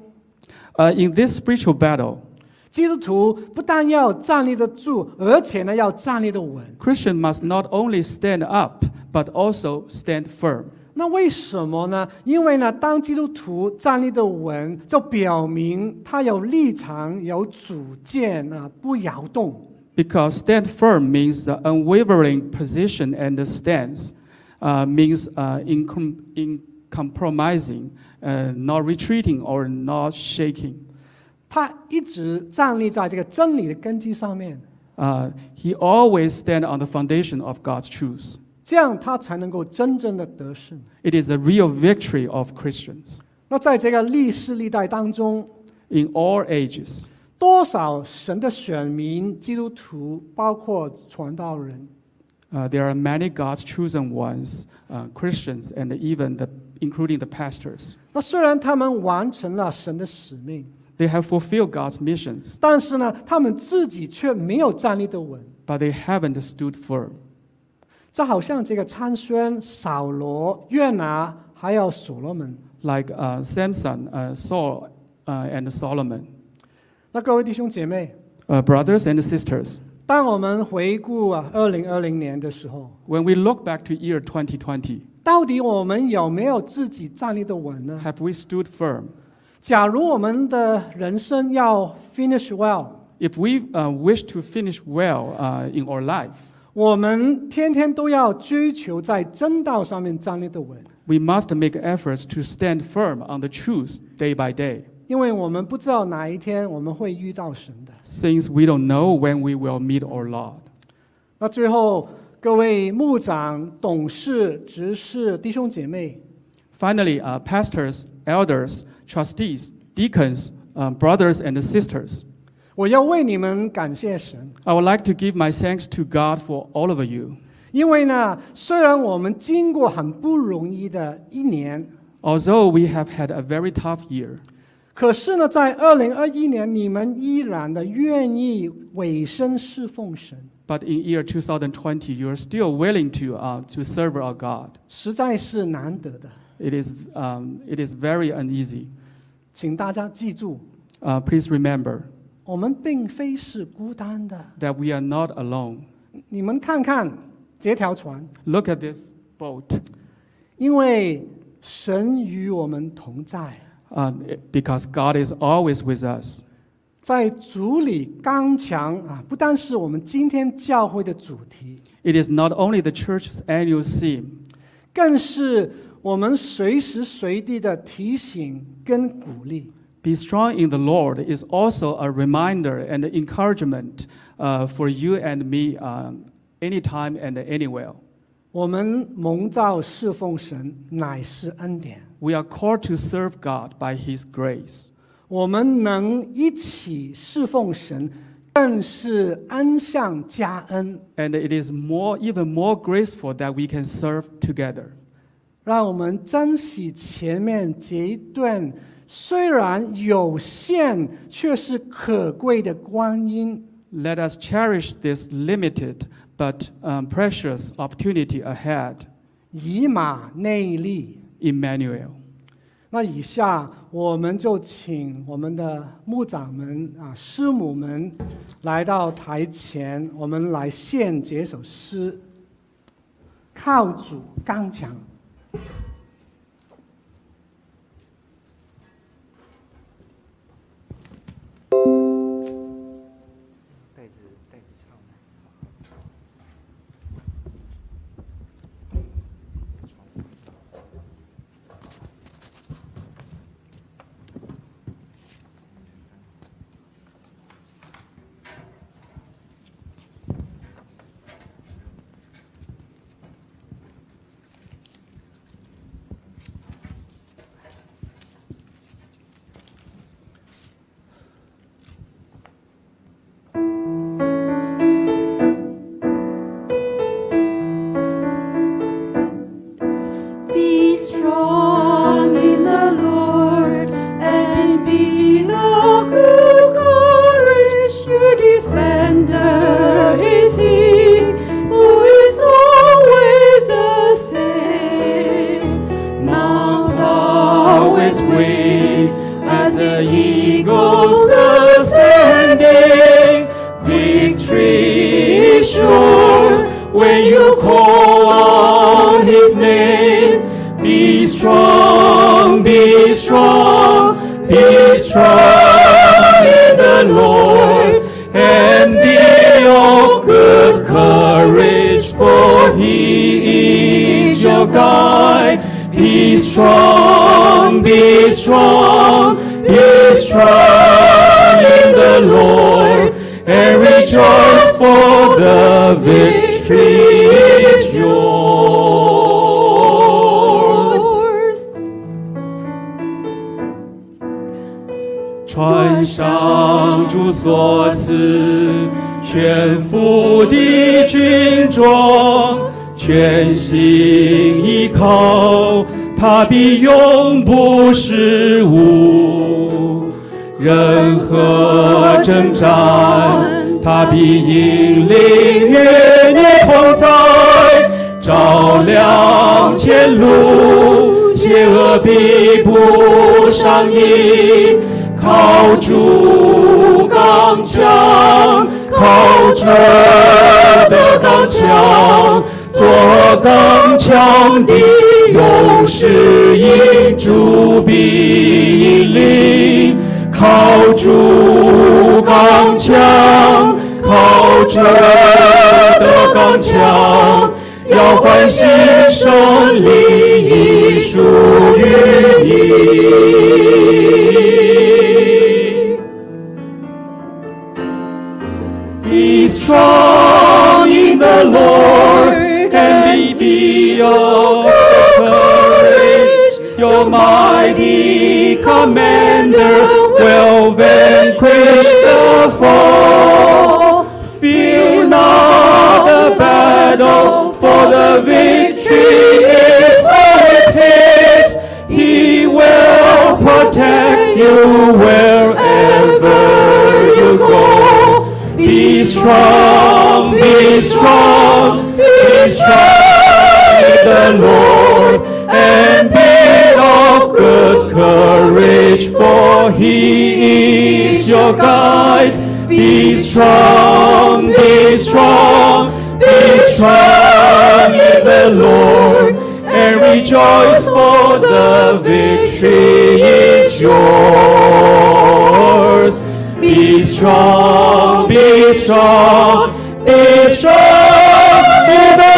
Speaker 2: Uh, in this spiritual battle,
Speaker 1: 基督徒不但要站立得住，而且呢要站立得稳。
Speaker 2: Christian must not only stand up, but also stand firm.
Speaker 1: 那为什么呢？因为呢，当基督徒站立得稳，就表明他有立场、有主见啊，不摇动。
Speaker 2: Because stand firm means the unwavering position and the stance, uh, means uh, incom- uncompromising, uh, not retreating or not shaking.
Speaker 1: 他一直站立在这个真理的根基上面，
Speaker 2: Uh, he always stands on the foundation of God's truth.
Speaker 1: 这样他才能够真正的得胜。
Speaker 2: It is the real victory of Christians
Speaker 1: 那在这个历世历代当中，
Speaker 2: in all ages.
Speaker 1: 多少神的选民、基督徒，包括传道人，
Speaker 2: Uh, there are many God's chosen ones, uh, Christians, and even the, including the pastors.
Speaker 1: 那虽然他们完成了神的使命，
Speaker 2: They have fulfilled God's missions,
Speaker 1: 但是呢，他们自己却没有站立得稳。
Speaker 2: but they haven't stood firm.
Speaker 1: 这好像这个参宣、扫罗、约拿，还有所罗门。
Speaker 2: Like uh, Samson, uh, Saul, uh, and Solomon.
Speaker 1: 那各位弟兄姐妹，
Speaker 2: Uh, brothers and sisters,
Speaker 1: 当我们回顾啊，二零二零年的时候，
Speaker 2: when we look back to year 2020,
Speaker 1: 到底我们有没有自己站立的稳呢？
Speaker 2: have we stood firm?
Speaker 1: 假如我们的人生要 finish well，
Speaker 2: If we uh, wish to finish well uh, in our life,
Speaker 1: 我们天天都要追求在真道上面站立的稳，
Speaker 2: we must make efforts to stand firm on the truth day by day,
Speaker 1: 因为我们不知道哪一天我们会遇到神的。
Speaker 2: since we don't know when we will meet our Lord.
Speaker 1: 那最后，各位牧长、董事、执事、弟兄姐妹，
Speaker 2: Finally, uh, pastors, elders, trustees, deacons, um, brothers, and sisters,
Speaker 1: 我要为你们感谢神，
Speaker 2: I would like to give my thanks to God for all of you.
Speaker 1: 因为呢，虽然我们经过很不容易的一年，
Speaker 2: Although we have had a very tough year,
Speaker 1: 可是呢，在二零二一年，你们依然的愿意委身侍奉神，
Speaker 2: but in year 2020, you are still willing to, uh, to serve our God.
Speaker 1: 实在是难得的，
Speaker 2: It is, um, it is very uneasy.
Speaker 1: 请大家记住。
Speaker 2: Uh, please remember
Speaker 1: 我们并非是孤单的。
Speaker 2: that we are not alone.
Speaker 1: 你们看看这条船，
Speaker 2: Look at this boat.
Speaker 1: 因为神与我们同在，
Speaker 2: um, it- because God is always with us.
Speaker 1: 在主里刚强啊，不单是我们今天教会的主题，
Speaker 2: It is not only the church's annual theme,
Speaker 1: 更是我们随时随地的提醒跟鼓励。
Speaker 2: be strong in the Lord is also a reminder and encouragement uh, for you and me um, anytime and anywhere.
Speaker 1: 我们蒙召侍奉神乃是恩典，
Speaker 2: We are called to serve God by His grace.
Speaker 1: 我们能一起侍奉神，更是恩上加恩。
Speaker 2: And it is more, even more graceful that we can serve together.
Speaker 1: 让我们珍惜前面这一段虽然有限，却是可贵的光阴。
Speaker 2: Let us cherish this limited but um, precious opportunity ahead.
Speaker 1: 以马内利。
Speaker 2: Emmanuel.
Speaker 1: 那以下我们就请我们的牧长们啊、师母们来到台前，我们来献这首诗。靠主刚强。
Speaker 3: 带着带着唱吗？
Speaker 4: Be strong in the Lord and be of good courage. Your defender is He who is always the same. Mount always wings as the eagles ascending. Victory is sure when you call on His name. Be strong, be strong, be strong in the Lord, and be of good courage, for He is your guide. Be strong, be strong, be strong in the Lord, and rejoice for the victory is yours. 穿上主所赐全副的军装，全心依靠他必永不失误。任何征战，他必引领与你同在，照亮前路，邪恶必不上瘾。靠主刚强，靠主的刚强，做刚强的勇士，因主必引领。靠主刚强，靠主的刚强，要欢喜胜利已属于你。Be strong in the Lord and be of courage. Your mighty commander will vanquish the foe. Fear not the battle, for the victory is always his. He will protect you wherever you go. Be strong, be strong, be strong in the Lord, and be of good courage, for he is your guide. Be strong, be strong, be strong in the Lord, and rejoice, for the victory is yours. Be strong, be strong, be strong in the